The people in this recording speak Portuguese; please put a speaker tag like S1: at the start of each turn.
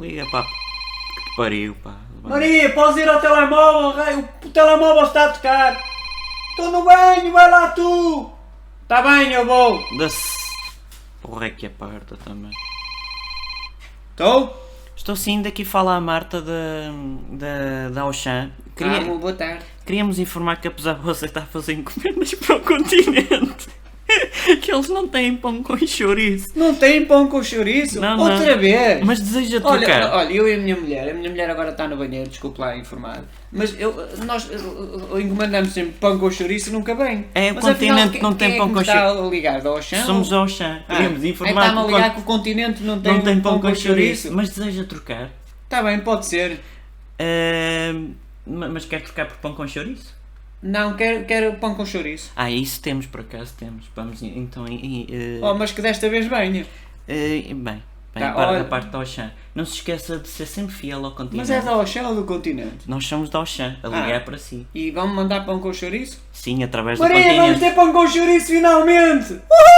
S1: Liga para que te pariu, pá.
S2: Maria, podes ir ao telemóvel, raio, o telemóvel está a tocar. Estou no banho, vai lá tu. Está bem, eu vou.
S1: Dá-se. Porra, é que aparta também.
S2: Estou?
S1: Estou sim, daqui fala a Marta da, da, da Auchan. Queria-
S2: Calma, boa tarde.
S1: Queríamos informar que a Pesarosa está a fazer encomendas para o continente. que eles não têm pão com chouriço.
S2: Não tem pão com chouriço?
S1: Não, não.
S2: Outra vez?
S1: Mas deseja
S2: Olha,
S1: trocar.
S2: olha, eu e a minha mulher, a minha mulher agora está no banheiro, desculpe lá informar. Mas eu, nós eh, eh, encomendamos sempre pão com chouriço e nunca vem.
S1: É, o
S2: Mas
S1: continente
S2: afinal, quem-
S1: não tem
S2: quem
S1: pão
S2: é que
S1: com
S2: me Está a ligar da Auchan?
S1: Somos a Auchan.
S2: Ah,
S1: Queríamos
S2: é,
S1: informar
S2: Está-me
S1: que
S2: a
S1: o
S2: ligar
S1: con-
S2: que o continente não tem,
S1: não tem pão, com
S2: chouriço.
S1: chouriço. Mas deseja trocar.
S2: Está Tá bem, pode ser.
S1: Ahm, ma- mas quer trocar por pão com chouriço?
S2: Não, quero, quero pão com chouriço.
S1: Ah, isso temos, por acaso temos. Vamos em- então. em- em, eh,
S2: Oh, mas que desta vez venha.
S1: eh, bem, bem
S2: Tá,
S1: agora
S2: olha.
S1: da parte da Auchan. Não se esqueça de ser sempre fiel ao continente.
S2: Mas é da Ah. Auchan ou do continente?
S1: Nós somos da Auchan, a ligar para si.
S2: E vão-me mandar pão com chouriço?
S1: Sim, através do
S2: Maria, vamos
S1: continente.
S2: ter pão com chouriço finalmente! Uhul!